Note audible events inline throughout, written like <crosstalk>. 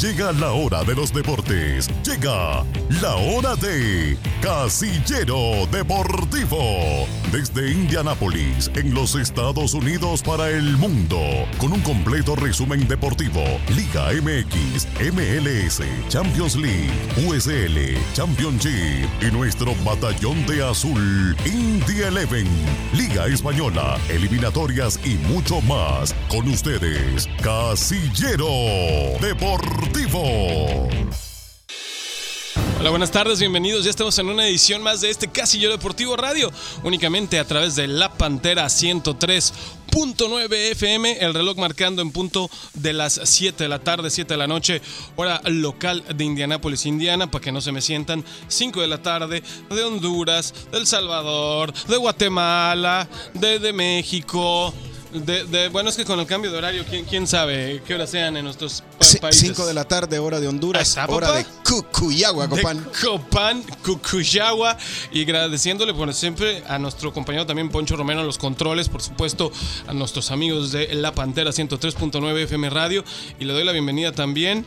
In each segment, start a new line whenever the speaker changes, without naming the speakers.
Llega la hora de los deportes. Llega la hora de Casillero Deportivo. Desde Indianápolis, en los Estados Unidos para el mundo. Con un completo resumen deportivo. Liga MX, MLS, Champions League, USL, Championship y nuestro batallón de azul, Indy Eleven, Liga Española, eliminatorias y mucho más. Con ustedes, Casillero Deportivo.
Hola, buenas tardes, bienvenidos. Ya estamos en una edición más de este Casillero Deportivo Radio, únicamente a través de La Pantera 103.9 FM, el reloj marcando en punto de las 7 de la tarde, 7 de la noche, hora local de Indianápolis, Indiana, para que no se me sientan, 5 de la tarde, de Honduras, de El Salvador, de Guatemala, de, de México. De, de- bueno, es que con el cambio de horario, ¿quién, quién sabe qué horas sean en nuestros pa-
Ci-
países?
Cinco de la tarde, hora de
Ahí
Honduras,
está,
hora
papá.
de Cucuyagua,
de
Copán.
Copán, Cucuyagua. Y agradeciéndole por siempre a nuestro compañero también Poncho Romero en los controles, por supuesto, a nuestros amigos de La Pantera 103.9 FM Radio. Y le doy la bienvenida también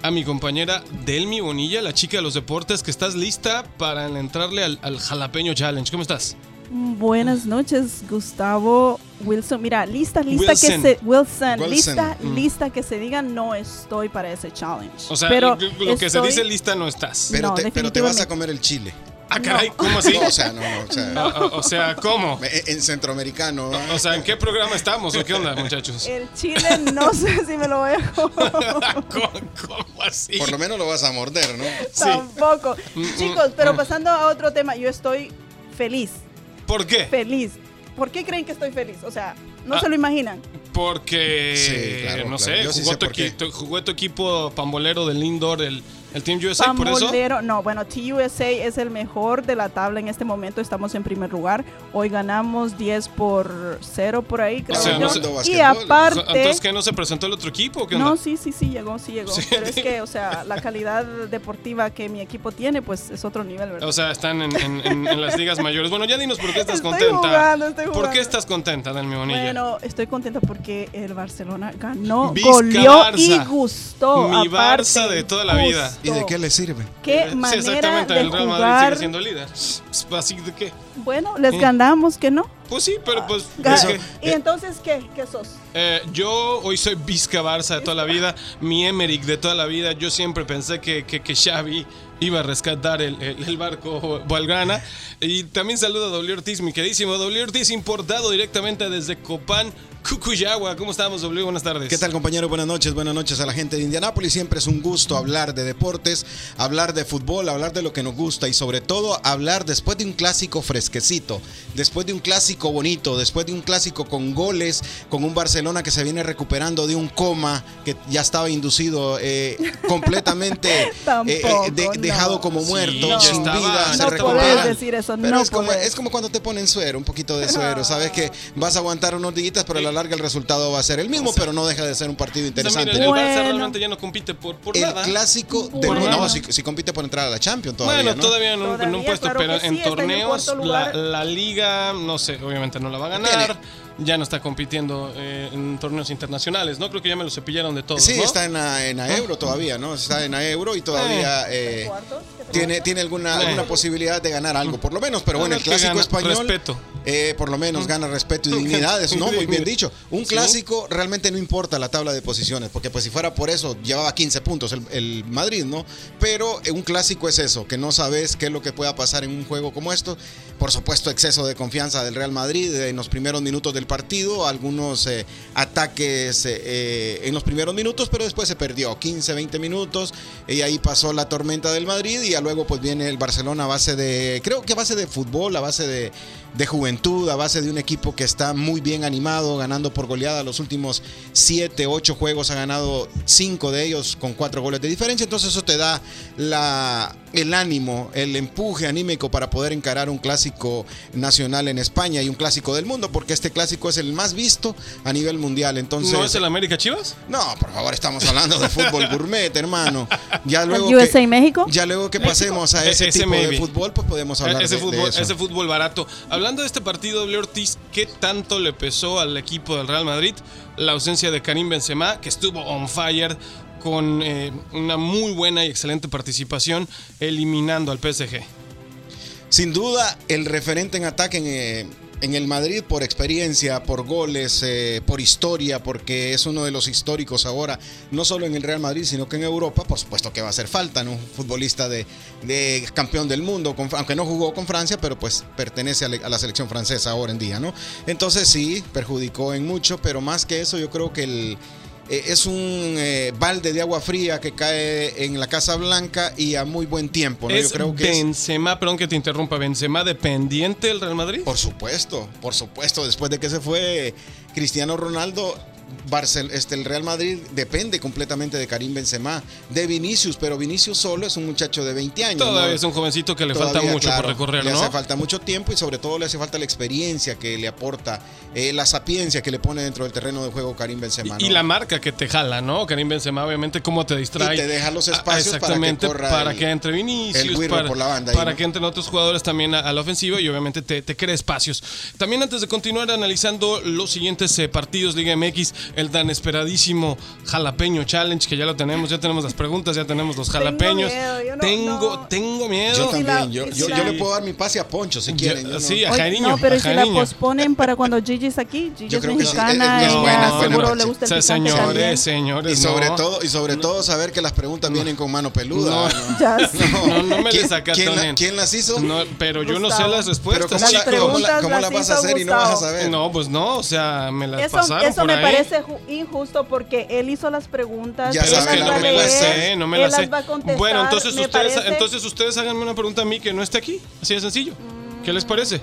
a mi compañera Delmi Bonilla, la chica de los deportes, que estás lista para entrarle al, al jalapeño challenge. ¿Cómo estás?
Buenas noches, Gustavo Wilson. Mira, lista, lista
Wilson.
que se Wilson,
Wilson.
lista,
Mm.
lista que se diga no estoy para ese challenge.
O sea,
Pero
lo, lo que se
estoy-
dice lista no estás.
Pero,
No,
te, pero te vas
definitivamente.
a comer el chile.
Ah, caray, ¿cómo así?
No, o sea, no, <laughs> no, o sea,
Ah, ah, O sea, ¿cómo?
en, en centroamericano.
O sea, ¿en qué programa estamos o qué onda, muchachos? <laughs>
<laughs>
el chile no sé si me lo voy a comer
¿Cómo, cómo así?
Por lo menos lo vas a morder, ¿no?
<laughs> Sí.
tampoco.
mm,
Chicos, pero
mm.
pasando a otro tema, yo estoy feliz,
¿Por qué?
feliz. ¿Por qué creen que estoy feliz? O sea, no
Ah.
se lo imaginan.
Porque,
Sí, claro,
no
claro.
sé,
Yo sí
jugó,
sé
tu
por qué.
equi- tu- jugó tu equipo pambolero del indoor, el, el Team USA, y por eso.
Pambolero, no, bueno, TUSA es el mejor de la tabla en este momento, estamos en primer lugar. Hoy ganamos 10 por 0 por ahí, creo
sea,
yo.
no sé-
y
basquetbol.
aparte,
Entonces, ¿qué no se presentó el otro equipo? ¿Qué onda?
no, sí, sí, sí, llegó, sí llegó. Pero es que, o sea, la calidad deportiva que mi equipo tiene, pues es otro nivel, ¿verdad?
O sea, están en, en- en- en las ligas mayores. Bueno, ya dinos por qué estás
Estoy
contenta.
jugando, estoy
¿Por qué
jugando.
estás contenta, Delmi Bonilla?
bueno, estoy contenta porque el Barcelona ganó,
Vizca
goleó y
Barça.
gustó.
Mi
aparte,
Barça de toda la vida.
gustó.
¿Y de qué le sirve?
¿Qué
Eh, Sí,
manera
exactamente,
de
el Real Madrid sigue
jugar?
siendo líder. ¿Así de qué?
Bueno, les
Eh.
ganamos que no.
Pues sí, pero pues.
Ah, Ga-
es que,
¿Y
eh,
entonces qué? ¿Qué sos?
eh, yo hoy soy Vizca Barça de toda la vida, mi Emerick de toda la vida. Yo siempre pensé que, que, que Xavi iba a rescatar el, el- el barco Valgrana. Y también saludo a W Ortiz, mi queridísimo W Ortiz, importado directamente desde Copán, Cucuyagua. ¿Cómo estamos, W? Buenas tardes.
¿Qué tal compañero? Buenas noches, buenas noches a la gente de Indianápolis. Siempre es un gusto hablar de deportes, hablar de fútbol, hablar de lo que nos gusta y sobre todo hablar después de un clásico fresquecito, después de un clásico bonito, después de un clásico con goles, con un Barcelona que se viene recuperando de un coma que ya estaba inducido eh, completamente
<laughs>
eh, eh, de-
Tampoco,
dejado
no.
como
Sí,
muerto,
ya
sin
estaba,
vida,
ya
Ah, se
No
estaba
recupera.
podés
mal.
decir eso,
Pero
no
es, como,
podés.
es como cuando te ponen suero, un poquito de
Ah.
suero. Sabes que vas a aguantar unos días, pero a la larga el resultado va a ser el mismo, pero no deja de ser un partido
O sea, mira, Pues,
interesante. Eh,
el Barça
Bueno.
realmente ya no compite por, por
el
nada.
clásico del
Bueno.
mundo. No, si, si compite por entrar a la Champions todavía.
bueno,
¿no?
todavía en un, en un
Todavía,
puesto,
claro
pero
que sí,
en
está en el
torneos
cuarto
la,
lugar.
la liga, no sé, obviamente no la va a ganar. Ya no está compitiendo eh, en torneos internacionales, ¿no? Creo que ya me lo cepillaron de todo.
Sí,
¿no? Ah.
está en la, en la euro todavía, ¿no? Está en la euro y todavía
Ah.
eh,
¿Cuartos? ¿Qué te
tiene, tiene alguna,
Eh.
alguna posibilidad de ganar algo, por lo menos. Pero
Ah,
bueno,
no,
el
que
clásico
gana
español.
respeto.
eh, por lo menos gana respeto
<laughs>
y dignidades, ¿no? Muy bien dicho. Un
Sí.
clásico realmente no importa la tabla de posiciones, porque pues si fuera por eso llevaba 15 puntos el, el Madrid, ¿no? Pero eh, un clásico es eso, que no sabes qué es lo que pueda pasar en un juego como esto. Por supuesto, exceso de confianza del Real Madrid eh, en los primeros minutos del partido, algunos eh, ataques eh, eh, en los primeros minutos, pero después se perdió 15, 20 minutos y ahí pasó la tormenta del Madrid y ya luego pues viene el Barcelona a base de, creo que a base de fútbol, a base de, de juventud, a base de un equipo que está muy bien animado, ganando por goleada los últimos 7, 8 juegos, ha ganado 5 de ellos con 4 goles de diferencia, entonces eso te da la, el ánimo, el empuje anímico para poder encarar un clásico nacional en España y un clásico del mundo, porque este clásico es el más visto a nivel mundial, entonces...
¿No es el América Chivas?
No, por favor, estamos hablando de fútbol gourmet, hermano. Ya luego
¿El USA y México?
Ya luego que pasemos a
E-
ese,
ese
tipo
maybe.
de fútbol, pues podemos hablar
Eh, ese,
de, de
fútbol,
eso.
ese fútbol barato. Hablando de este partido, W. Ortiz, ¿qué tanto le pesó al equipo del Real Madrid la ausencia de Karim Benzema, que estuvo on fire? con eh, una muy buena y excelente participación, eliminando al PSG.
Sin duda, el referente en ataque en, eh, en el Madrid por experiencia, por goles, eh, por historia, porque es uno de los históricos ahora, no solo en el Real Madrid, sino que en Europa, por supuesto que va a hacer falta, ¿no? Un futbolista de, de campeón del mundo, con- aunque no jugó con Francia, pero pues pertenece a, le- a la selección francesa ahora en día, ¿no? Entonces sí, perjudicó en mucho, pero más que eso, yo creo que el... eh, Es un eh, balde de agua fría que cae en la Casa Blanca y a muy buen tiempo. ¿no?
es
Yo creo que es-
Benzema, perdón que te interrumpa, Benzema dependiente del Real Madrid.
por supuesto, por supuesto. Después de que se fue Cristiano Ronaldo, Barcel- este, el Real Madrid depende completamente de Karim Benzema, de Vinicius, pero Vinicius solo es un muchacho de 20 años.
Todavía
¿no?
es un jovencito que le falta
Todavía,
mucho
claro,
por recorrer,
Le
¿no?
hace falta mucho tiempo y sobre todo le hace falta la experiencia que le aporta, eh, la sapiencia que le pone dentro del terreno de juego Karim Benzema.
Y
¿no?
la marca que te jala, ¿no? Karim Benzema, obviamente, cómo te distrae.
Y te deja los
Ah,
espacios para que
Exactamente,
corra el-
que entre Vinicius,
el güiro
para,
por la banda ahí,
para
¿no?
que entren otros jugadores también a, a la ofensiva y obviamente te, te crea espacios. También antes de continuar analizando los siguientes eh, partidos Liga MX, el tan esperadísimo Jalapeño Challenge, que ya lo tenemos, ya tenemos las preguntas, ya tenemos los jalapeños.
miedo, yo no-
tengo,
no.
tengo miedo.
Yo
Sí, la-
también, yo,
sí,
yo-
la-
yo le puedo dar mi pase a Poncho si quieren. yo no-
sí, a
Oye,
Jairiño.
no, pero
a
si la
Jairiño.
posponen para cuando Gigi es aquí, Gigi
Yo
es
creo que sí,
mexicana,
es- es buena,
ella
es buena
seguro le
noche.
gusta el
O sea,
picante también.
señores, señores.
y sobre
no.
todo y sobre todo saber que las preguntas vienen con mano peluda.
No.
<laughs> ¿no?
Ya sé.
No, no me
¿Quién-
desacatonen.
¿quién, la- quién las hizo?
No, pero yo no sé
Gustavo.
las respuestas.
Pero ¿cómo,
Las
la, cómo la- cómo la
preguntas las
vas a
hizo
hacer y no vas a
Gustavo.
saber?
No, pues no, o sea, me las
Eso,
pasaron
eso
por
me
ahí.
parece ju- injusto porque él hizo las preguntas.
Ya
Pero
él
es
las
que
saben pues.
va
no
a
me las
leer,
sé, no me las
él
sé.
va a contestar,
Bueno, entonces
me
ustedes,
parece-
entonces ustedes háganme una pregunta a mí que no esté aquí. Así de sencillo. ¿Qué les parece?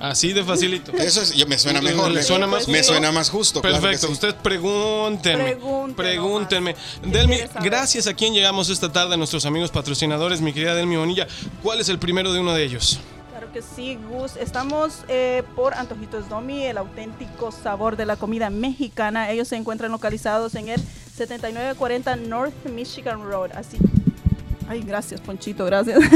Así de
<laughs>
facilito.
Eso es- yo- me suena
Le-
mejor.
le
me-
suena más
me
justo.
suena más justo. claro que
Perfecto,
sí.
ustedes pregúntenme.
Pregúntenlo
pregúntenme.
más. ¿Qué
Delmi,
quieres saber?
gracias a quien llegamos esta tarde, a nuestros amigos patrocinadores, mi querida Delmi Bonilla. ¿Cuál es el primero de uno de ellos?
Claro que sí, Gus. Estamos eh, por Antojitos Domi, el auténtico sabor de la comida mexicana. Ellos se encuentran localizados en el 7940 North Michigan Road. Así. Ay, gracias, Ponchito, gracias. <laughs>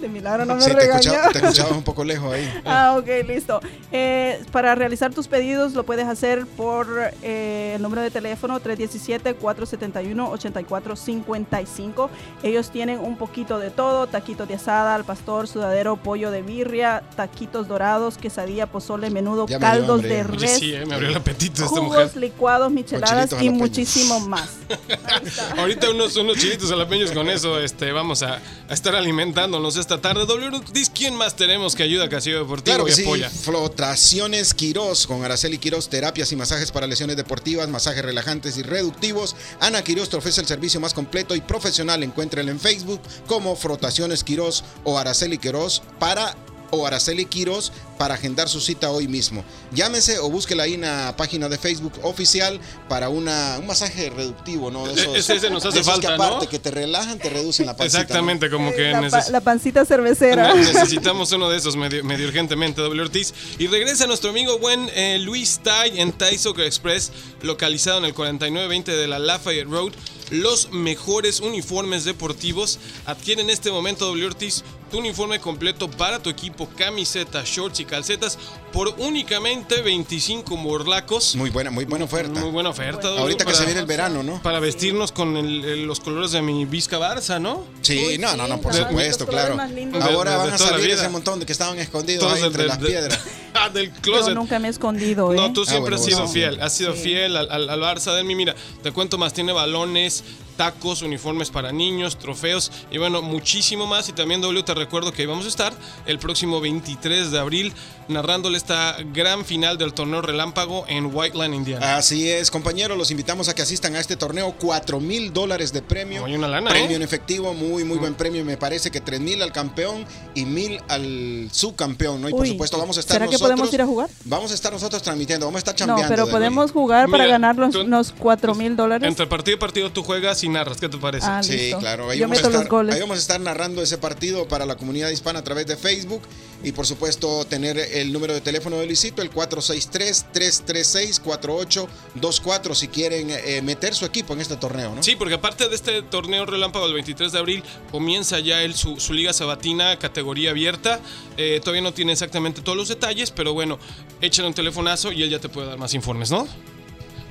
De milagro no me
Sí, te
regañó.
escuchaba, te escuchabas un poco lejos ahí.
Ah, ok, listo. Eh, para realizar tus pedidos lo puedes hacer por eh, el número de teléfono 317-471-8455. Ellos tienen un poquito de todo, taquitos de asada, al pastor, sudadero, pollo de birria, taquitos dorados, quesadilla, pozole, menudo,
Ya me dio
caldos
hambre.
de
Oye,
res,
sí, eh, me abrió el apetito esta mujer.
jugos, licuados, micheladas
Cochinitos
y
jalapeños.
muchísimo más.
<laughs> Ahorita unos, unos chilitos jalapeños con eso este, vamos a, a estar alimentándonos esta tarde. W Dis, ¿quién más tenemos que ayuda a Casillo Deportivo
Claro que
que
sí.
apoya?
Flotaciones Quirós con Araceli Quirós, terapias y masajes para lesiones deportivas, masajes relajantes y reductivos. Ana Quirós te ofrece el servicio más completo y profesional. Encuéntrala en Facebook como Flotaciones Quirós o Araceli Quirós para o Araceli Quirós para agendar su cita hoy mismo. Llámese o búsquela ahí en la página de Facebook oficial para una, un masaje reductivo, ¿no? De esos,
E-, Ese- ese nos hace
de esos
falta,
que aparte
¿no?
que te relajan, te reducen la pancita. ¿no?
Exactamente, <laughs> como que
la, pa-
neces-
la pancita cervecera.
necesitamos uno de esos medio, medio urgentemente, W Ortiz. Y regresa nuestro amigo buen eh, Luis Tai en Thai Soccer Express, localizado en el 4920 de la Lafayette Road. Los mejores uniformes deportivos adquieren en este momento W Ortiz tu uniforme completo para tu equipo, camisetas, shorts y calcetas por únicamente 25 morlacos.
Muy buena, muy buena oferta.
Muy buena oferta. Dodo,
Ahorita que
para-
se viene el verano, ¿no?
Para vestirnos con el- el- los colores de mi Vizca Barça, ¿no?
Sí,
Uy,
no,
sí,
no, no, por
los
supuesto,
colores
claro.
más lindos.
Ahora
De- de-
van
de
a
toda la
salir
vida.
ese montón de que estaban escondidos ahí
Todos
entre
de-
las
de-
piedras.
<laughs> Ah, del
Yo
closet.
nunca me he escondido, ¿eh?
No, tú
Ah,
siempre
bueno,
has sido
bueno, sí.
fiel, has sido
Sí.
fiel al, al- al Barça de mí. Mira, te cuento más, tiene balones, tacos, uniformes para niños, trofeos y bueno, muchísimo más. Y también W, te recuerdo que ahí vamos a estar el próximo 23 de abril narrándole esta gran final del torneo relámpago en Whiteland, Indiana.
Ah.
Así es, compañeros, los invitamos a que asistan a este torneo. 4 mil dólares de premio.
Oye, una lana,
premio
¿eh? Mm.
en efectivo, muy, muy buen premio. Me parece que 3 mil al campeón y mil al subcampeón, ¿no? Y por
Uy,
supuesto, vamos a estar
¿será que
nosotros.
podemos ir a jugar?
Vamos a estar nosotros transmitiendo, vamos a estar
No,
chambeando.
pero
Dani.
podemos jugar para
Mira,
ganar los,
tú-
unos 4 mil dólares.
Entre partido y partido tú juegas y narras, ¿qué te parece?
Ah,
Sí,
listo.
claro. Ahí
Yo
vamos, a
meto los
estar,
goles.
ahí vamos a estar narrando ese partido para la comunidad hispana a través de Facebook y por supuesto tener el número de teléfono de Luisito, el 463-336-4824 si quieren eh, meter su equipo en este torneo, ¿no?
Sí, porque aparte de este torneo relámpago el 23 de abril, comienza ya el, su, su liga sabatina, categoría abierta. Eh, todavía no tiene exactamente todos los detalles, pero bueno, échale un telefonazo y él ya te puede dar más informes, ¿no?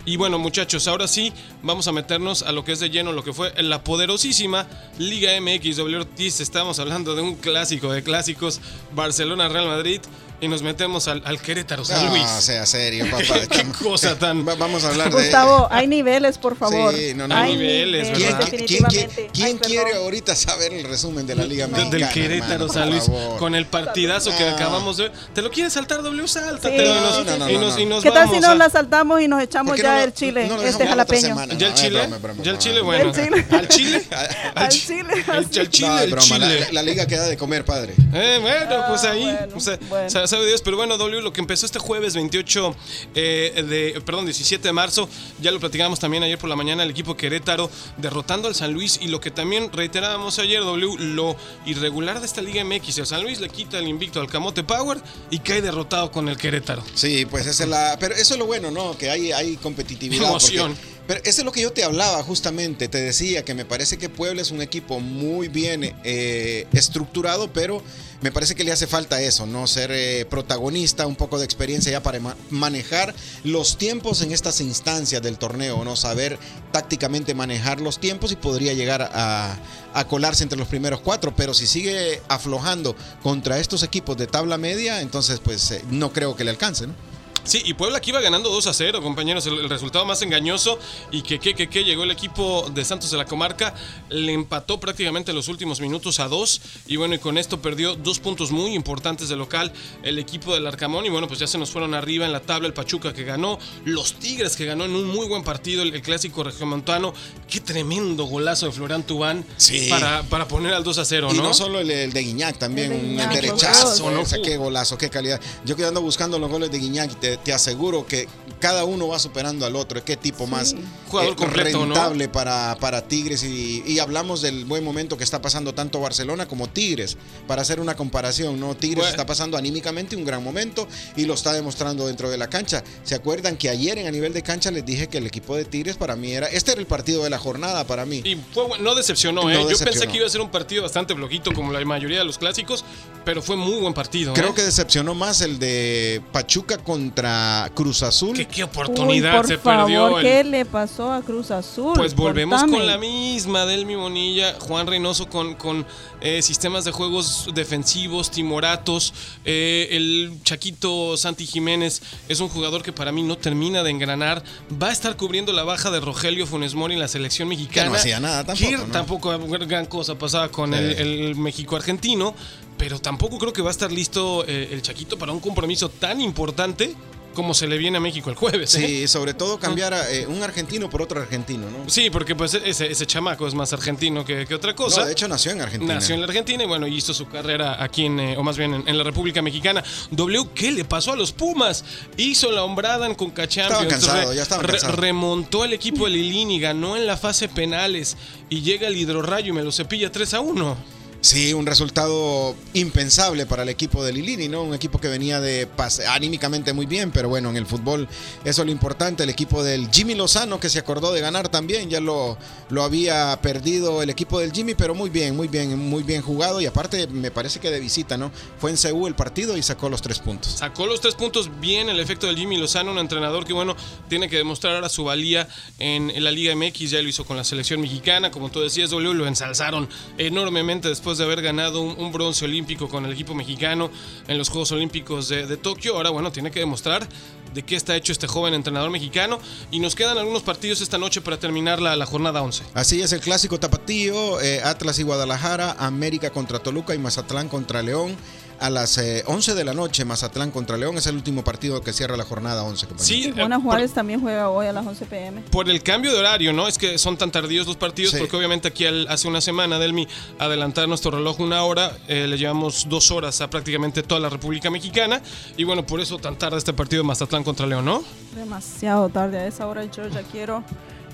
Y bueno, muchachos, ahora sí vamos a meternos a lo que es de lleno, lo que fue la poderosísima Liga MX W Ortiz. Estamos hablando de un clásico de clásicos, Barcelona Real Madrid. Y nos metemos al, al Querétaro, San Luis.
No, sea serio, papá.
<laughs> Qué cosa tan-
Va- Vamos a hablar de. <laughs>
Gustavo, hay niveles, por favor.
Sí, no, no,
hay
hay niveles,
¿Quién,
¿verdad?
quién- quién- quién-
definitivamente.
quién
Ay, perdón.
quiere ahorita saber el resumen de la Liga
De-
Mexicana?
del Querétaro
hermano,
San
por
Luis
favor?
con el partidazo que
No.
acabamos de ver. ¿Te lo quieres saltar, W? Sáltate.
Sí.
y nos-
No, no, no,
y
no,
nos- y
no.
nos
¿Qué tal si
vamos
nos
a-
la saltamos y nos echamos
¿Por qué
ya
no lo-
el chile,
no lo
este
dejamos para otra
jalapeño?
semana?
¿Ya el
No, es
chile?
broma, es broma,
¿Ya el
broma.
chile? Bueno.
chile.
¿Al chile?
Al
chi-
chile,
Al,
así.
al chile,
No, es
el
broma, la-
chile.
La, la liga queda de comer, padre.
Eh, bueno,
Ah,
pues ahí,
bueno,
o sea,
bueno.
sa- sabe Dios, pero bueno, W, lo que empezó este jueves 28 eh, de, perdón, 17 de marzo, ya lo platicábamos también ayer por la mañana, el equipo Querétaro derrotando al San Luis y lo que también reiterábamos ayer, W, lo irregular de esta Liga MX, el San Luis le quita el invicto al Camote Power y cae derrotado con el Querétaro.
Sí, pues esa es la. Pero eso es lo bueno, ¿no? Que hay, hay competitividad.
Emoción.
porque- pero eso es lo que yo te hablaba justamente. Te decía que me parece que Puebla es un equipo muy bien eh, estructurado, pero me parece que le hace falta eso, ¿no? Ser eh, protagonista, un poco de experiencia ya para ma- manejar los tiempos en estas instancias del torneo, ¿no? Saber tácticamente manejar los tiempos y podría llegar a, a colarse entre los primeros cuatro, pero si sigue aflojando contra estos equipos de tabla media, entonces pues eh, no creo que le alcance, ¿no?
Sí, y Puebla aquí iba ganando 2 a 0, compañeros. El, el resultado más engañoso. Y que, que, que, que llegó el equipo de Santos de la Comarca. Le empató prácticamente los últimos minutos a 2. Y bueno, y con esto perdió dos puntos muy importantes de local el equipo del Arcamón. Y bueno, pues ya se nos fueron arriba en la tabla el Pachuca que ganó. Los Tigres que ganó en un muy buen partido el, el clásico regiomontano. Qué tremendo golazo de Florian Tubán
Sí.
para, para poner al 2 a 0,
Y
¿no?
no, solo el, el de Guiñac, también
El de
un
Guiñac,
derechazo,
golazo, ¿no?
o sea, qué golazo, qué calidad. Yo que ando buscando los goles de Guiñac, te, te aseguro que cada uno va superando al otro. Qué tipo más eh,
Jugador completo, ¿no?
rentable para, para Tigres. Y, y hablamos del buen momento que está pasando tanto Barcelona como Tigres. Para hacer una comparación, ¿no? Tigres
Bueno.
está pasando anímicamente un gran momento y lo está demostrando dentro de la cancha. ¿Se acuerdan que ayer en a nivel de cancha les dije que el equipo de Tigres para mí era. Este era el partido de la jornada para mí.
Y fue bueno, no decepcionó,
No
¿eh? Yo
decepcionó.
pensé que iba a ser un partido bastante flojito, como la mayoría de los clásicos, pero fue muy buen partido.
Creo
¿eh?
que decepcionó más el de Pachuca contra Cruz Azul.
¿Qué, qué
Uy,
oportunidad
por
se
favor,
perdió. el-
¿qué le pasó a Cruz Azul?
Pues volvemos con
Contame.
la misma Delmi Monilla, Juan Reynoso con, con eh, sistemas de juegos defensivos, timoratos. eh, el Chaquito Santi Jiménez es un jugador que para mí no termina de engranar. Va a estar cubriendo la baja de Rogelio Funes Mori en la selección mexicana.
hacía nada tampoco,
Que
¿no?
tampoco gran cosa pasaba con
Sí.
el, el México-Argentino. Pero tampoco creo que va a estar listo eh, el Chaquito para un compromiso tan importante como se le viene a México el jueves. ¿eh?
Sí, sobre todo cambiar a, eh, un argentino por otro argentino, ¿no?
Sí, porque pues ese, ese chamaco es más argentino que, que otra cosa.
No, de hecho nació en Argentina.
Nació en la Argentina y bueno, hizo su carrera aquí en, eh, o más bien en, en la República Mexicana. W, ¿qué le pasó a los Pumas? Hizo la hombrada en Conca Champions.
cansado, ya estaban cansados.
Remontó el equipo de Lilini, ganó en la fase penales y llega el hidrorrayo y me lo cepilla 3 a 1.
Sí, un resultado impensable para el equipo de Lilini, ¿no? Un equipo que venía de pase, anímicamente muy bien, pero bueno, en el fútbol eso es lo importante. El equipo del Jimmy Lozano, que se acordó de ganar también, ya lo, lo había perdido el equipo del Jimmy, pero muy bien, muy bien, muy bien jugado. Y aparte, me parece que de visita, ¿no? Fue en Seúl el partido y sacó los tres puntos.
Sacó los tres puntos bien el efecto del Jimmy Lozano, un entrenador que, bueno, tiene que demostrar ahora su valía en la Liga MX. Ya lo hizo con la selección mexicana. Como tú decías, W lo ensalzaron enormemente después de haber ganado un, un bronce olímpico con el equipo mexicano en los Juegos Olímpicos de, de Tokio. Ahora, bueno, tiene que demostrar de qué está hecho este joven entrenador mexicano. Y nos quedan algunos partidos esta noche para terminar la, la jornada 11.
Así es, el clásico tapatío, eh, Atlas y Guadalajara, América contra Toluca y Mazatlán contra León. A las eh, 11 de la noche, Mazatlán contra León es el último partido que cierra la jornada 11. compañero.
Sí, eh,
Tijuana
por-
Juárez también juega hoy a las 11 pm.
Por el cambio de horario, ¿no? Es que son tan tardíos los partidos,
Sí.
porque obviamente aquí al- hace una semana, Delmi, adelantar nuestro reloj una hora, eh, le llevamos dos horas a prácticamente toda la República Mexicana, y bueno, por eso tan tarde este partido de Mazatlán contra León, ¿no?
Demasiado tarde a esa hora yo ya quiero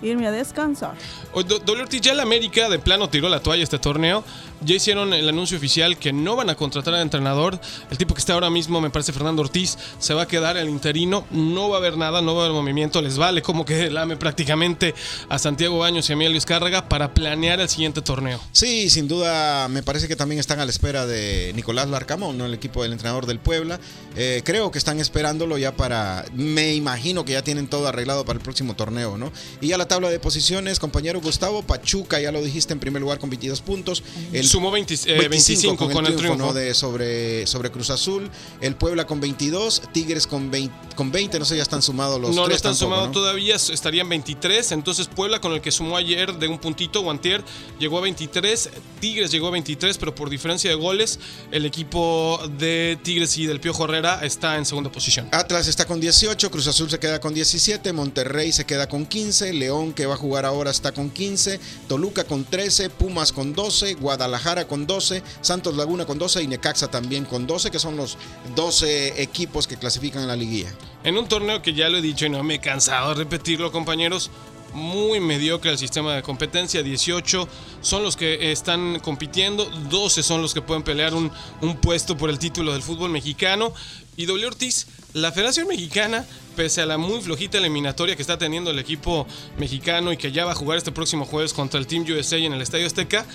irme a descansar.
O- Do- WRT ya la América de plano tiró la toalla este torneo. Ya hicieron el anuncio oficial que no van a contratar al entrenador. El tipo que está ahora mismo, me parece Fernando Ortiz, se va a quedar el interino. No va a haber nada, no va a haber movimiento. Les vale como que lame prácticamente a Santiago Baños y a Emilio Escárraga para planear el siguiente torneo.
Sí, sin duda, me parece que también están a la espera de Nicolás Larcamón, ¿no? el equipo del entrenador del Puebla. Eh, creo que están esperándolo ya para, me imagino que ya tienen todo arreglado para el próximo torneo, ¿no? Y ya la tabla de posiciones, compañero Gustavo, Pachuca, ya lo dijiste, en primer lugar con 22 puntos. El
Sumó 20 eh, 25, con, el triunfo.
¿no? de sobre, sobre Cruz Azul, el Puebla con 22, Tigres con 20, con 20 no sé, ya están sumados los
no,
tres
no están
tampoco,
sumados
¿no?
todavía, s- estarían 23. Entonces Puebla con el que sumó ayer de un puntito, Guantier llegó a 23, Tigres llegó a 23, pero por diferencia de goles, el equipo de Tigres y del Piojo Herrera está en segunda posición.
Atlas está con 18, Cruz Azul se queda con 17, Monterrey se queda con 15, León que va a jugar ahora está con 15, Toluca con 13, Pumas con 12, Guadalajara con 12, Santos Laguna con 12 y Necaxa también con 12, que son los 12 equipos que clasifican a la liguilla.
En un torneo que ya lo he dicho y no me he cansado de repetirlo, compañeros. Muy mediocre el sistema de competencia, 18 son los que están compitiendo, 12 son los que pueden pelear un, un puesto por el título del fútbol mexicano. Y W Ortiz, la Federación Mexicana, pese a la muy flojita eliminatoria que está teniendo el equipo mexicano y que ya va a jugar este próximo jueves contra el Team USA en el Estadio Azteca,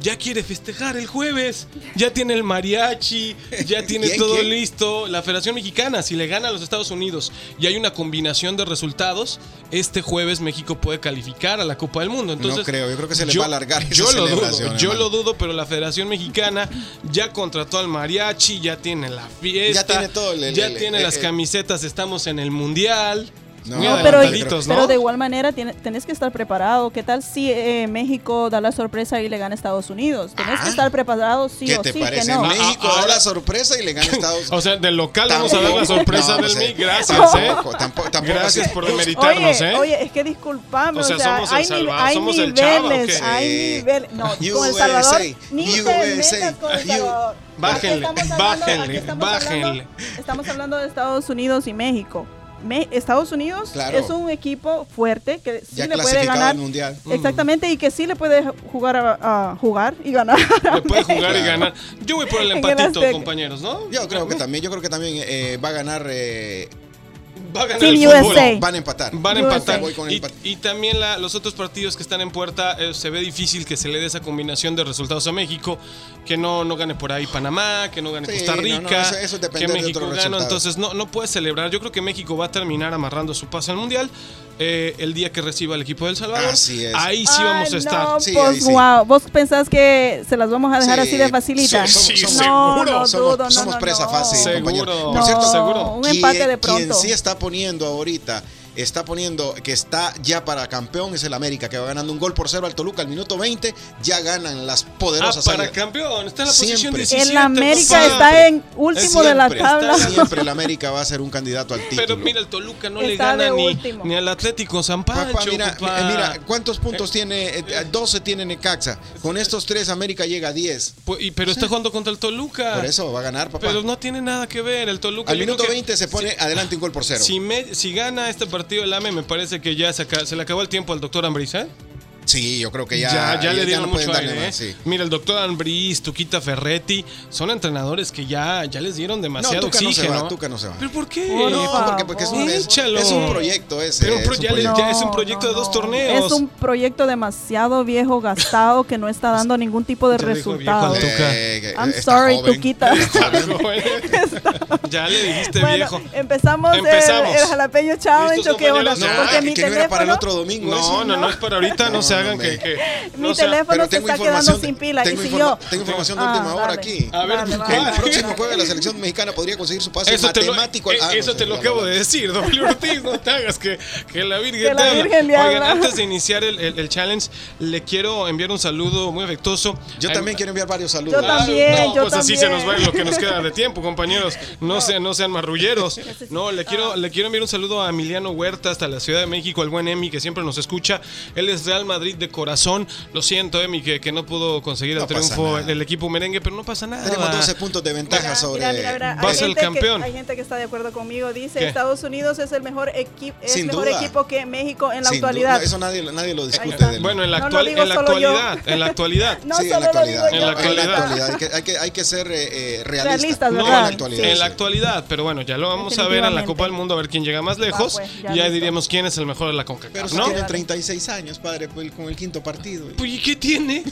ya quiere festejar el jueves, ya tiene el mariachi, ya tiene
¿Quién,
todo
quién?
listo listo la Federación Mexicana. Si le gana a los Estados Unidos y hay una combinación de resultados, este jueves México puede calificar a la Copa del Mundo. Entonces,
No creo, yo creo que se les va a alargar esa
Yo lo dudo,
celebración,
yo
hermano.
lo dudo, pero la Federación Mexicana ya contrató al mariachi, ya tiene la fiesta,
Ya tiene todo el- el-
ya
el-
tiene
el-
las
el-
camisetas, estamos en el mundial.
No,
Muy
no,
pero,
adelantaditos, ¿no?
pero de igual manera tiene- tenés que estar preparado. ¿Qué tal si eh, México da la sorpresa y le gana a Estados Unidos? Tenés
Ah.
que estar preparado sí
¿Qué
o
te
sí, que
parece?
no.
México
Ah, ah,
da
ahora-
la sorpresa y
<laughs>
le gana a Estados
O sea, del local vamos a dar la
Tampoco,
sorpresa
no,
del
o sea,
MI. Gracias, ¿eh?
Tampoco, tampoco, tampoco
Gracias
así.
por
Yo-
demeritarnos,
Oye,
¿eh?
oye, es que disculpame,
O
o
sea,
sea,
somos el
hay,
Salva-
nive- hay
somos el Chavo, ¿o
niveles,
qué?
hay
Sí.
niveles. No, con El
USA,
Salvador ni te
USA.
metas con El Salvador.
Bájenle,
Porque estamos hablando-
bájenle,
aquí estamos
bájenle.
hablando- Estamos hablando de Estados Unidos y México. Me- Estados Unidos
Claro.
es un equipo fuerte que sí
Ya
le puede
clasificado
ganar
al mundial.
Mm.
Exactamente, y que sí le puede jugar a, a jugar y ganar.
Le puede jugar y
Claro.
ganar. Yo voy por el
En el
empatito,
Azteca.
compañeros, ¿no?
Yo creo que también, yo creo que también eh, va a ganar, eh,
Va a ganar
Team
el fútbol.
USA.
van a empatar.
Van a
Yo
empatar.
Voy con
Y,
empate.
y también la- los otros partidos que están en puerta, eh, se ve difícil que se le dé esa combinación de resultados a México, que no, no gane por ahí Panamá, que no gane
Sí,
Costa
no, no,
Rica,
eso- eso es
que
depender de
México
otros
gana,
resultados.
entonces no, no puede celebrar. Yo creo que México va a terminar amarrando su pase al Mundial eh, el día que reciba el equipo del Salvador.
Así
<laughs>
es.
Ahí sí vamos a estar. Ah,
No,
Sí, ahí
pues,
sí.
wow. ¿Vos pensás que se las vamos a dejar
Sí,
así de facilita?
so- sí,
no,
seguro.
no,
somos,
dudo, no,
somos
no,
presa
no.
fácil,
Seguro.
compañero.
No,
Por cierto,
seguro.
un empate
quien-
de
Quien
pronto.
sí está poniendo ahorita, está poniendo que está ya para campeón es el América, que va ganando un gol por cero al Toluca al minuto 20, ya ganan las
Ah,
poderosas
para
águilas.
campeón. Está en la
Siempre.
posición
El
17.
El América
papá.
está en último de la
Siempre,
tabla.
Siempre el América va a ser un candidato al título.
Pero mira, el Toluca no le
Está
gana
de
ni,
último.
ni al Atlético San Pancho.
Papá, mira,
papá.
eh, mira, ¿cuántos puntos tiene? eh, 12 tiene Necaxa. Con estos tres, América llega a 10.
Pues, y- pero está jugando contra el Toluca.
Por eso va a ganar, papá.
Ah, Pero no tiene nada que ver el Toluca.
Al
yo creo
minuto
que
20 se pone adelante un gol por cero.
Si, me- si gana este partido el AME, me parece que ya se, aca- se le acabó el tiempo al doctor Ambriz, ¿eh?
Sí, yo creo que ya,
ya, le
ya
dieron
no pueden
mucho
darle
aire,
más,
¿eh?
sí.
Mira, el doctor Ambriz, Tuquita Ferretti, son entrenadores que ya, ya les dieron demasiado
Tuca no se
oxígeno.
va, Tuca no se va.
¿Pero por qué?
Por
No,
favor.
porque, porque es, un, es-
Échalo.
es un proyecto ese.
Pero un
es un
pro- ya le-
proyecto.
es un proyecto de dos torneos.
Es un proyecto demasiado viejo, gastado, que no está dando ningún tipo de
Ya le dijo viejo al
resultado.
Tuca.
Eh, que-
I'm
está
sorry,
joven.
Tuquita. <laughs>
ya le dijiste
bueno,
viejo.
empezamos, el-
Empezamos.
El, jalapeño challenge.
Listos,
¿o qué onda?
compañeros, ya.
Porque
Ay,
mi
que no era para el
teléfono-
otro domingo.
No,
eso.
no, no es para ahorita, no,
No,
se hagan
no,
que.
me-
que-
Mi
no sea-
teléfono
Pero
se
tengo
está quedando
información.
sin pila.
tengo,
y si
informa-
yo.
tengo información de
Ah,
última hora
dale.
aquí.
A ver,
Dale,
Que el
dale.
próximo jueves la selección mexicana podría conseguir su pase
Eso te lo,
matemático.
eh,
Ah, no,
eso te
sí,
lo
la
acabo
verdad.
de decir, doble Ortiz, no te hagas que, que la Virgen
Que la
te habla.
Virgen le
Oigan,
habla.
antes de iniciar el, el- el challenge, le quiero enviar un saludo muy afectuoso.
Yo
Ay,
también quiero enviar varios
Yo
saludos.
Claro,
también,
no,
yo
pues así se nos va
también.
lo que nos queda de tiempo, compañeros. No, sean, no sean
<laughs>
marrulleros. No, le quiero, le quiero enviar un saludo a Emiliano Huerta hasta la Ciudad de México, al buen Emi, que siempre nos escucha. Él es Real Madrid. Madrid de corazón. Lo siento, Emi, que, que no pudo conseguir el
No pasa
triunfo
nada.
el equipo merengue, pero no pasa nada.
Tenemos 12 puntos de ventaja
Mira,
sobre.
mira, mira, mira.
Va a
Hay
ser el
gente que-
campeón.
hay gente que está de acuerdo conmigo. Dice,
¿Qué?
Estados Unidos es el mejor, equipo es
Sin
mejor
duda.
equipo que México en la
Sin duda,
actualidad.
eso nadie, nadie lo discute.
está.
<laughs>
del-
Bueno, en la,
No lo
actual,
digo
en la
solo yo.
actualidad, en la actualidad.
No
sí, en
solo
la
lo
actualidad.
digo yo.
En la actualidad.
Hay que, hay que- hay que ser eh, eh, realista.
Realistas,
No, en
¿verdad?
la actualidad.
en la
sí.
actualidad, pero bueno, ya lo vamos a ver en la
Definitivamente.
Copa del Mundo, a ver quién llega más lejos. y
pues, ya
ya
listo.
diríamos quién es el mejor de la
Pero
CONCACAF,
si
¿no?
tiene 36 años, padre, pues, con el quinto partido.
Pues, ¿y qué
<laughs>
tiene?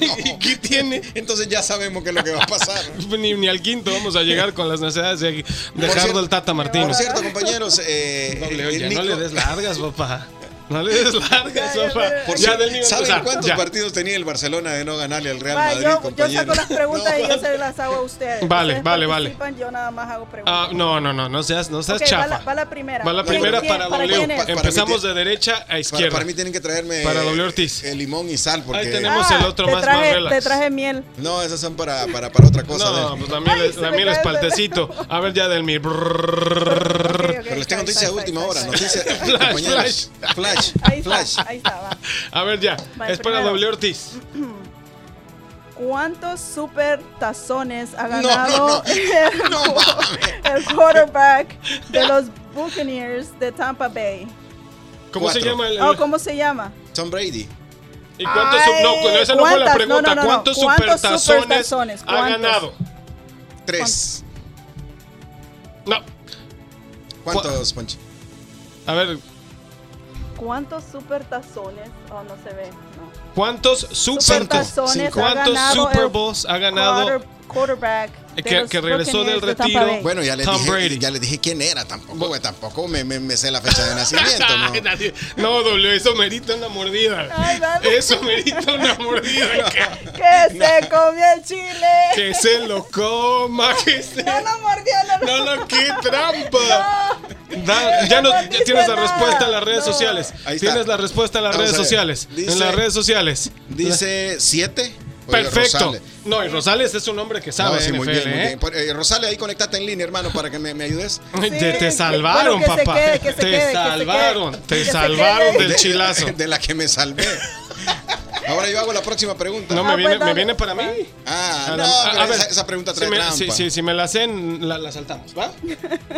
¿Y qué tiene?
Entonces ya sabemos qué es lo que va a pasar.
Ni, ni al quinto vamos a llegar con las necesidades de, de
Por
Gerardo
cierto-
el Tata
Por
Martínez.
cierto, compañeros, eh,
Doble,
eh,
oye,
Nico-
no le des largas, papá. No le
<laughs>
des largas,
Ya, ya,
papá.
ya.
Ya
Por cierto,
del nivel
¿Saben
empezar,
cuántos
ya.
partidos tenía el Barcelona de no ganarle al Real
Va,
Madrid,
yo, yo
compañeros?
saco las preguntas
No,
y yo se las hago a ustedes.
Vale,
Ustedes
vale, vale.
participan, Yo nada más hago preguntas.
Ah, no, no, no, no seas, no seas
Ok, va,
chafa.
la, va la primera.
Va la
¿Quién-
primera
quién-
para
para
W.
quién es?
Para-
Empezamos
mí-
de derecha a
para,
izquierda.
para mí tienen que traerme
Para
eh,
W. Ortiz.
el limón y sal porque
Ahí tenemos el otro
Ah, te
más- más
traje,
relax.
Te traje miel.
no, esas son para, para, para otra cosa. a
no,
ver.
pues la miel,
Ay,
es-
se
la
me
miel es
cae el
paltecito. A ver, ya del mi.
Ok, ok,
Pero les tengo
está,
noticias
está,
de última
está,
hora,
está, está.
noticias
Flash,
compañeros. Flash,
Ahí
flash.
está, ahí está, va.
A ver, ya.
Va, el
es para
primero.
W. Ortiz.
¿Cuántos super tazones ha
No, no,
ganado
<laughs>
no.
<laughs> el, el quarterback de los Buccaneers de Tampa Bay?
¿Cómo se
Cuatro.
llama el.?
Oh, ¿Cómo se llama?
Tom Brady.
¿Y cuántos sub-
Ay,
No, esa no fue la
¿cuántas?
pregunta.
No, no, no, no.
¿Cuántos,
¿Cuántos
supertazones,
supertazones?
ha
¿Cuántos?
ganado?
Tres.
No.
¿Cuántos, Ponchi?
A ver,
¿Cuántos super tazones? Oh, no se ve. No.
¿cuántos super.
Cinco.
<laughs>
Supertazones ha
¿Cuántos
ganado
Super
el
Bowls ha ganado?
quarter- quarterback de
Que-
los
que regresó del
Buccaneers de Tampa
retiro.
Bay?
Bueno, ya les
Tom
dije,
Brady.
ya les dije quién era, tampoco, güey, tampoco me, me, me sé la fecha de nacimiento,
<laughs>
¿no?
No, W, eso merita una mordida.
Ay, dale.
Eso merita una mordida. que- <laughs>
que se comió el chile.
Que se lo coma, que se.
No lo mordió, no lo
No, no, qué trampa. Da- ya,
No
nos- ya
dice
tienes la
nada.
respuesta en las redes
No.
sociales.
Ahí está.
Tienes la respuesta en las
Vamos
redes
a ver.
sociales. en
Dice-
las redes sociales.
Dice siete. Oye,
Perfecto.
Rosales.
no, y Rosales es un hombre que sabe
No, sí,
NFL,
muy bien, muy
¿eh?
bien. Por- eh, Rosales, ahí conectate en línea, hermano, para que me, me ayudes.
Sí,
Te, te
que-
salvaron,
bueno, que se
papá.
quede, que se
te
quede, que se
salvaron,
quede.
te
Que se
salvaron
quede.
del
<laughs>
chilazo.
<laughs> De la que me salvé. Ahora yo hago la próxima pregunta.
No me
Ah,
viene,
pues, dale.
me viene para mí.
Ah,
A
no,
la- a-
pero
a ver,
esa, esa pregunta trae
si me,
trampa.
Si, si- si me la hacen, la, la saltamos,
<laughs>
¿va?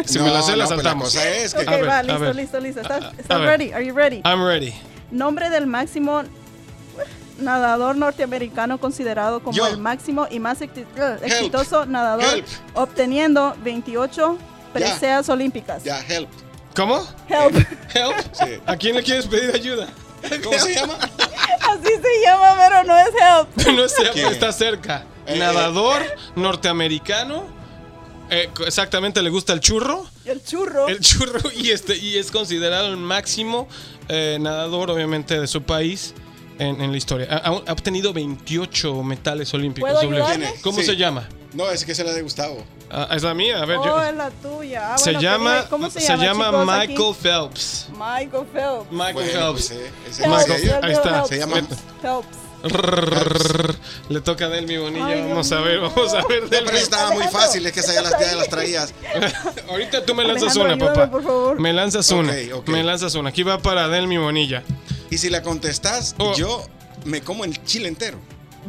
Si me
No,
la hacen, la
no, pues
saltamos.
la cosa es que
Ok,
A ver, a
va, listo,
ver.
listo, listo.
A-
¿Estás,
a
estás
ver.
ready? Are you ready?
I'm ready.
Nombre del máximo eh, nadador norteamericano considerado como
Yo.
el máximo y más exi- eh, exitoso nadador,
Help.
obteniendo 28 preseas olímpicas.
ya, help.
¿Cómo?
Help. <laughs>
Help.
Sí.
¿A quién le quieres pedir ayuda?
¿Cómo se llama?
Así se llama, pero no es
<laughs>
help.
No sé,
¿Quién?
está cerca.
Eh,
Nadador norteamericano. eh, co- exactamente, le gusta el churro.
El churro.
El churro <laughs> y este y es considerado el máximo eh, nadador, obviamente, de su país en, en la historia. Ha, ha- ha obtenido 28 metales olímpicos.
¿Puedo
W.
ayudarle?
¿Cómo
Sí.
se llama?
No, es que se la de Gustavo.
Ah, es la mía. A ver,
oh,
yo-
es la tuya. Ah,
se,
bueno,
llama,
quería- ¿Cómo se,
se
llama?
llama
chicos, aquí?
Michael Phelps.
Michael Phelps.
Michael
Bueno,
Phelps.
pues, eh, ese-
Help,
Michael,
ese-
Dios
ahí
mío,
está.
help.
Se llama-
Phelps.
Rrrr. Le toca a Delmi Bonilla.
Ay, Dios
vamos a ver,
mío.
vamos a ver,
No, pero
Delmi.
esa estaba muy
Alejandro.
fácil, es que esa ya las, ya las traías.
<laughs> Ahorita tú me lanzas
Alejandro,
una, papá.
ayúdame, por favor.
Me lanzas una.
Ok, ok.
Me lanzas una. Aquí va para Delmi Bonilla.
Y si la contestas,
Oh. Ah,
yo me como el chile entero.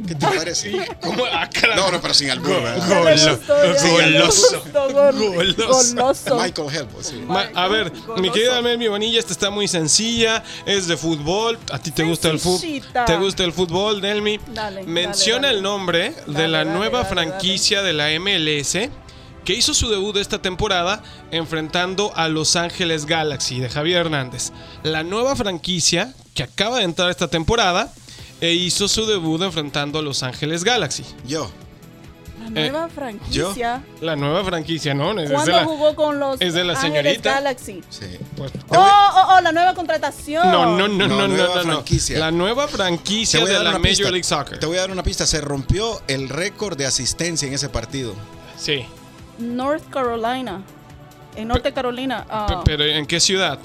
¿Qué te parece?
¿Cómo? Ah, caray.
No, no, pero sin albur, ¿verdad?
Ya le gustó, ya le
Goloso.
gustó, gol-
Goloso.
goloso.
Michael Help, sí.
Ma- a ver,
Goloso.
mi querida Melmi Bonilla, esta está muy sencilla, es de fútbol, a ti te gusta el fútbol,
Sencillita.
te gusta el fútbol, Delmi.
Dale,
Menciona
dale, dale.
el nombre de
Dale,
la
dale,
nueva
dale,
franquicia de la MLS que hizo su debut esta temporada enfrentando a Los Ángeles Galaxy de Javier Hernández. La nueva franquicia que acaba de entrar esta temporada e hizo su debut enfrentando a Los Ángeles Galaxy.
Yo.
La
Eh,
nueva franquicia.
yo-
La nueva franquicia, ¿no? Es de
¿Cuándo
la-
jugó con los
es de la
Ángeles
señorita.
Galaxy?
Sí.
pues,
Oh, oh, oh, la nueva contratación.
No, no, no,
No,
no, no, no,
nueva
no.
franquicia.
La nueva
Te
franquicia
voy a
de
dar
la
una
Major
pista.
League Soccer.
Te voy a dar una pista. Se rompió el récord de asistencia en ese partido.
Sí.
North Carolina. En Norte Carolina. ah,
P- Pero ¿en qué ciudad?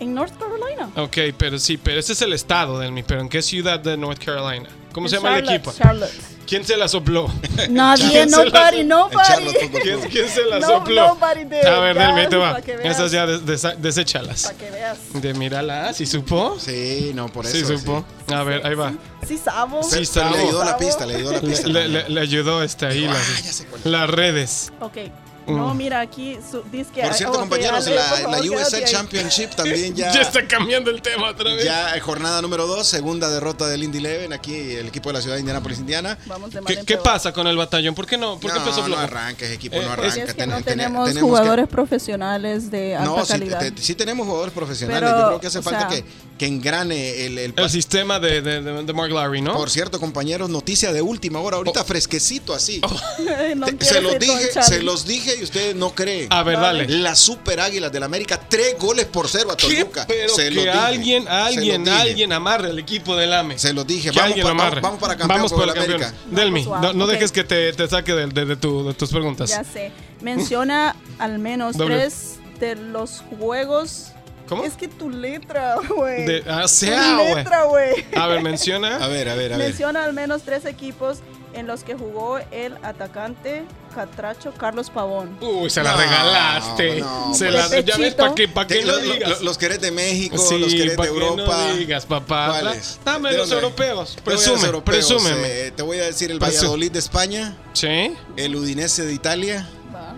en North Carolina.
Ok, pero sí, pero ese es el estado del mi, pero ¿en qué ciudad de North Carolina? ¿Cómo
En
se llama el
Charlotte,
equipo? <laughs>
Charlotte. <laughs>
¿Quién se la
<laughs>
sopló?
Nadie,
En
nobody,
Charlotte-
Charlotte
nobody.
Football Club.
¿Quién, quién se la
No-
sopló?
nobody did.
A ver,
Ya,
Delmi, ahí te va.
pa' que veas.
Esas ya des- desa- deséchalas.
<laughs> Para que veas.
De mírala, si supo.
Sí, no, por eso.
Sí, supo. A ver, ahí va.
Sí, sabo.
Sí,
Pero
sabo.
le ayudó la pista, le ayudó la
Le,
pista.
le- le- le ayudó este ahí
Ah,
las,
ya sé cuál.
las redes.
Ok.
Mm.
No, mira, aquí su, dice que...
Por cierto,
ok,
compañeros,
Ale, por
la,
favor,
la
quédate
USA
ahí.
Championship también ya.
<laughs> Ya está cambiando el tema otra vez.
Ya eh, jornada número 2, segunda derrota del Indy Leven, aquí el equipo de la ciudad de Indianapolis, Indiana.
Vamos de mal
¿Qué,
en
qué
peor.
pasa con el batallón? ¿Por qué no? ¿Por qué
no,
empezó
no
flojo?
arranques, equipo,
Eh,
no
es
arranques.
Si es que
ten-
no
ten-
tenemos
tenemos que-
jugadores profesionales de alta
No, sí,
calidad.
te- te- sí tenemos jugadores profesionales.
Pero,
Yo creo que hace
o
falta
sea-
que, que engrane el, el
El
pas-
sistema de, de, de- de Mark Larry, ¿no? Oh.
Por cierto, compañeros, noticia de última hora, ahorita fresquecito así.
<laughs> No
Te-
quiero
se los
ser Don
dije,
Charlie.
se los dije y ustedes no creen.
A ver, dale.
Las Super Águilas del América, tres goles por cero a
¿Qué?
Toluca.
Pero
se los
que
dije,
alguien,
se los
alguien,
dije.
alguien amarre al equipo del AME.
Se los dije,
Que
vamos,
alguien
pa-
lo amarre.
vamos para campeón
Vamos
por
para
el
campeón.
América.
Delmi,
Vamos,
no, no
ok.
dejes que te, te saque de, de- de tu- de tus preguntas.
Ya sé.
<laughs>
Menciona al menos
Doble.
tres de los juegos.
¿Cómo?
Es que tu letra, güey.
De- ah,
Tu
sea, güey. <laughs>
letra, güey.
A ver, menciona.
A ver, a ver, a ver.
Menciona al menos tres equipos en los que jugó el atacante Catracho Carlos Pavón.
Uy, se la
No,
regalaste.
no,
se
pues.
la, ya ves,
Pechito.
¿para qué, pa' qué
Te-
lo
lo- lo-
digas?
los querés de México,
Sí,
los querés de
¿para qué no
Europa.
digas, papá?
¿Cuáles?
Dame
¿De
los
dónde?
europeos.
Te voy a decir
Presume,
europeos,
presúmeme.
eh, te voy a decir el
Presu-
Valladolid de España,
¿Sí?
el Udinese de Italia
Va.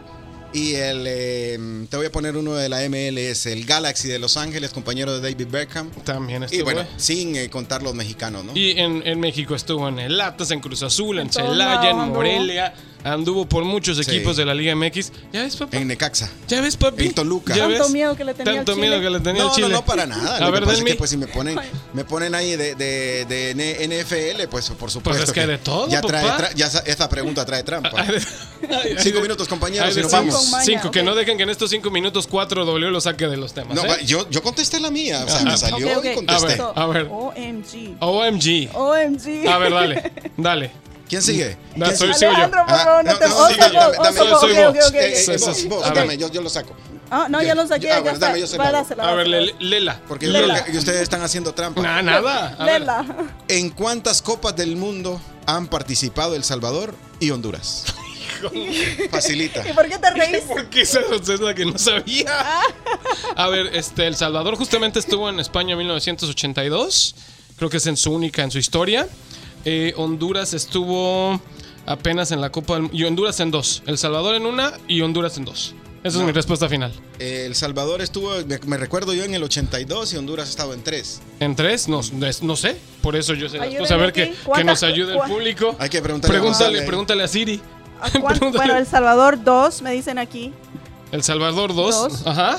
y el. eh, te voy a poner uno de la MLS, el Galaxy de Los Ángeles, compañero de David Beckham.
También
Y
estuvo.
bueno,
eh.
sin eh, contar los mexicanos, ¿no?
Y en, en México estuvo en el Atlas, en Cruz Azul, en,
En todos
Celaya, en
lados anduvo.
Morelia. Anduvo por muchos
Sí.
equipos de la Liga MX. ¿Ya ves, papá?
en Necaxa.
¿Ya ves, papi?
en Toluca.
¿Ya
Tanto
ves?
miedo que le tenía
Tanto
al
miedo
Chile.
que le tenía
No,
al Chile.
no, no, para nada.
A
Lo que
ver,
pasa es
Delmi.
que, pues si me ponen, me ponen ahí de, de- de NFL, pues por supuesto.
es que hay de todo,
ya trae
papá.
tra- ya sa- esta pregunta trae trampa.
<laughs> Ay,
Cinco
ay,
minutos, compañeros,
ay,
y
de
nos
cinco,
vamos.
Con maña,
Cinco, que
ok.
no dejen que en estos cinco minutos cuatro W lo saque de los temas.
No,
¿eh?
va, yo, yo contesté la mía, o sea, me salió
Ok, ok.
y contesté.
A ver. a ver.
OMG. <laughs>
OMG.
OMG.
A ver,
<laughs>
dale, dale.
¿Quién sigue?
No,
¿Quién
Mm, soy-
sigue?
soy yo.
Alejandro, por
Ah,
favor, no
no,
te
no,
oso,
sí, dame,
oso,
dame,
ojo,
soy
ok,
vos.
ok, ok,
Eh, eh,
Sí,
ok.
sí,
vos,
sí.
vos,
A ver.
dame, yo, yo lo saco.
Ah, no, ya lo saqué.
Ah, bueno,
ya está.
dame, yo se la
Va,
hago.
dásela,
A ver,
dásela.
le- Lela.
Porque yo
Lela.
creo que ustedes están haciendo trampa.
Nah, nada. A ver.
Lela.
¿En cuántas copas del mundo han participado El Salvador y Honduras? Facilita.
¿Y por qué
<laughs>
te reís?
¿Por qué esa es la que no sabía? A ver, este, El Salvador justamente estuvo en España en 1982. Creo que es en su única en su historia. Eh, Honduras estuvo apenas en la Copa del Mu- Y Honduras en dos. El Salvador en una y Honduras en dos. Esa es mi respuesta final.
El Salvador estuvo, me- me recuerdo yo, en el 82 y Honduras estaba en 3.
¿En tres? No, es- no sé. Por eso yo sé. la
Ayúdenme
respuesta. a ver que,
aquí.
que
¿Cuántas-
nos ayude el
cua-
público.
Hay que preguntarle a
Pregúntale,
González.
pregúntale a Siri. <laughs>
¿A cuán-
Pregúntale.
Bueno, El Salvador 2, me dicen aquí,
El Salvador 2.
Dos.
Ajá.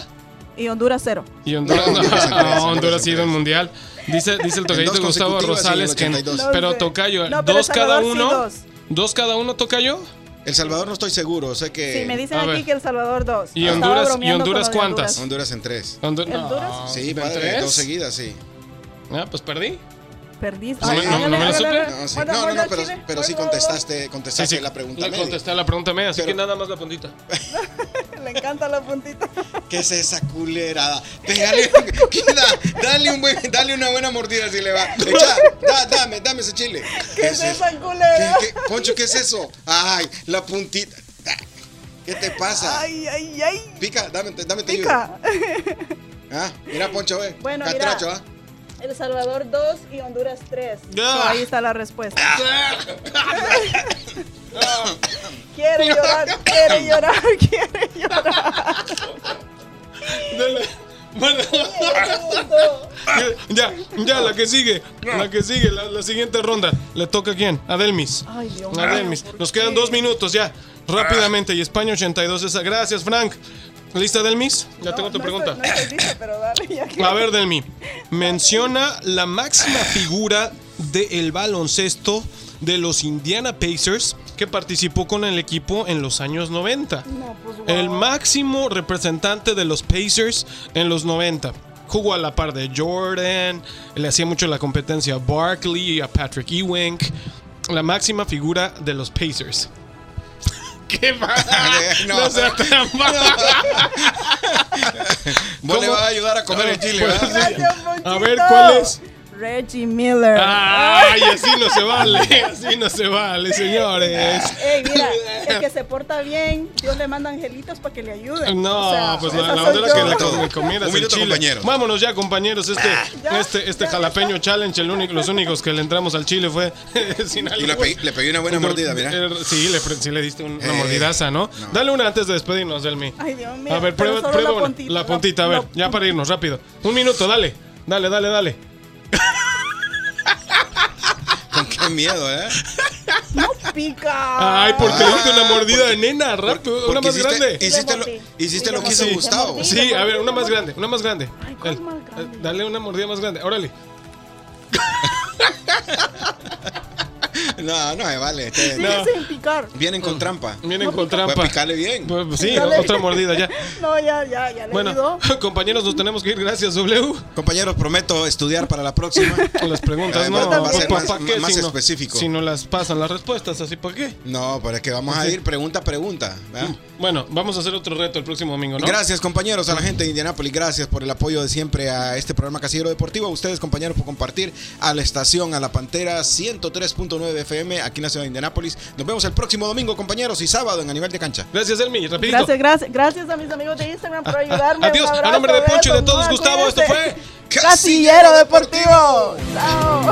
y Honduras 0.
Y Honduras,
<laughs>
no,
No, Honduras
<laughs>
en tres,
no, Honduras
Honduras
ha ido
en
un mundial. Dice, dice el
En
tocallito
dos
Gustavo
consecutivas y en el
Rosales que.
82.
No
pero
sé.
tocayo,
No, pero
dos cada
Salvador sí,
uno. dos.
dos.
cada uno tocayo.
El Salvador no estoy seguro, sé que
Sí, me dicen
a
aquí
ver.
que El Salvador 2.
¿Y
Estaba
Honduras- y
bromeando con
Honduras
lo de
cuántas?
Honduras en 3.
Hondu- no,
¿Honduras?
Sí,
¿en
padre,
tres?
dos seguidas, sí.
Ah, pues perdí.
Perdiste.
Sí,
Ay,
no,
hágale,
no me lo
hágale,
supe.
hágale.
No, sí.
Bueno,
No, no,
bueno,
no, pero,
Chile.
pero sí
Bueno,
contestaste, contestaste la pregunta.
Le
media.
contesté la pregunta media, así
Pero-
que nada más la puntita.
bueno. Le encanta la puntita.
¿Qué es esa culerada? Pégale, <laughs> quita, dale, un buen, dale una buena mordida si le va. Echa, da, dame, dame ese chile.
¿Qué es esa culera?
¿Qué- qué- Poncho, ¿qué es eso? Ay, la puntita. ¿Qué te pasa?
Ay, ay, ay.
Pica, dame, te- dame te ayudo.
Pica.
Ah, mira, Poncho, ve.
Bueno,
Catracho,
<laughs> mira.
¿ah?
<laughs> El Salvador 2 y Honduras 3.
Ah.
Ahí está
<laughs>
la respuesta. Quiere llorar, quiere llorar, <laughs> quiere llorar.
Dale. Bueno, <laughs> ya, ya, la que sigue. La que sigue, la, la siguiente ronda. ¿Le toca a quién? A Delmis.
Ay, Dios
A Delmis.
¿por
Nos
qué?
quedan dos minutos ya. Rápidamente. Y España 82. Esa. Gracias, Frank. ¿Lista, Delmis? Ya
No,
tengo tu
no
pregunta. Ah,
estoy- no estoy lista, pero dale, ya que-
<laughs> A ver, Delmi, menciona la máxima figura del baloncesto de los Indiana Pacers que participó con el equipo en los años 90.
No, pues, wow.
El máximo representante de los Pacers en los 90. Jugó a la par de Jordan, le hacía mucho la competencia a Barkley, a Patrick Ewing. La máxima figura de los Pacers. <laughs>
<laughs>
¿Qué va? No,
No.
sea trampa.
Vos le
¿Cómo?
vas a ayudar a comer el chile,
Pues,
¿verdad?
Gracias, Ponchito.
A ver, ¿cuál es? Ah.
Reggie Miller.
Ay, así no se vale, así no se vale, señores.
Ey, mira, el que se porta bien, Dios le manda angelitos para que le ayuden.
No,
O sea,
pues la,
esa
la
soy
verdad es que
yo.
la co- me comieras
Un
el
minuto,
chile.
compañeros.
Vámonos ya, compañeros. Este,
Ah.
Ya,
este, este
ya,
jalapeño challenge, el único, los únicos que le entramos al chile fue <laughs> sin
Y le pegué, le pegué una buena mordida, mira.
Sí, le, pre- sí le diste un- una
Eh,
mordidaza, ¿no?
no.
Dale una antes de despedirnos, Delmi.
Ay, Dios mío.
A ver,
pero
prueba,
solo
prueba
la
una.
puntita.
La puntita, a ver, ya para irnos, rápido. Un minuto, dale. Dale, dale, dale.
Con qué miedo,
<laughs>
¿eh?
No pica.
Ay, pues, porque le diste una
Ah,
mordida de nena, rápido, una
Porque
más
hiciste,
grande.
Hiciste,
Le
lo,
mordí.
hiciste
Le
lo que hizo
mordí, le
Gustavo.
mordí.
Sí, a ver, una más grande, una más grande.
Ay, ¿cuál
Dale,
más grande?
eh, Dale una mordida más grande, órale.
No, no me vale. este, te-
Sigue
no.
sin picar.
Vienen con trampa.
Vienen
No
Mm. con
pica.
trampa.
Pues picale bien.
Pues, pues, sí,
Dale.
otra mordida
<laughs>
ya.
No, ya, ya, ya le
Bueno,
ayudó.
<laughs> compañeros, nos tenemos que ir. Gracias, W.
Compañeros, prometo estudiar para
<laughs>
la próxima.
Con las
Ah,
preguntas,
Además,
no. pues,
va a ser
¿pa-
más-
pa' qué
más
si no-
específico.
Si no las pasan las respuestas, así, ¿para qué?
No, pero es que vamos a ir pregunta a pregunta. ¿verdad?
Mm. Bueno, vamos a hacer otro reto el próximo domingo, ¿no?
Gracias compañeros a la gente de Indianápolis, gracias por el apoyo de siempre a este programa Casillero Deportivo, a ustedes compañeros por compartir a la estación, a la Pantera 103.9 FM aquí en la ciudad de Indianápolis. Nos vemos el próximo domingo compañeros y sábado en a nivel de cancha.
Gracias, Elmi. Rapidito.
Gracias, gracias, gracias a mis amigos de Instagram por ayudarme.
Ah, Adiós,
Un
a
abrazo,
nombre de Poncho y de
besos,
todos,
mua,
Gustavo, esto
cuídense.
fue
Casillero Deportivo. Chao.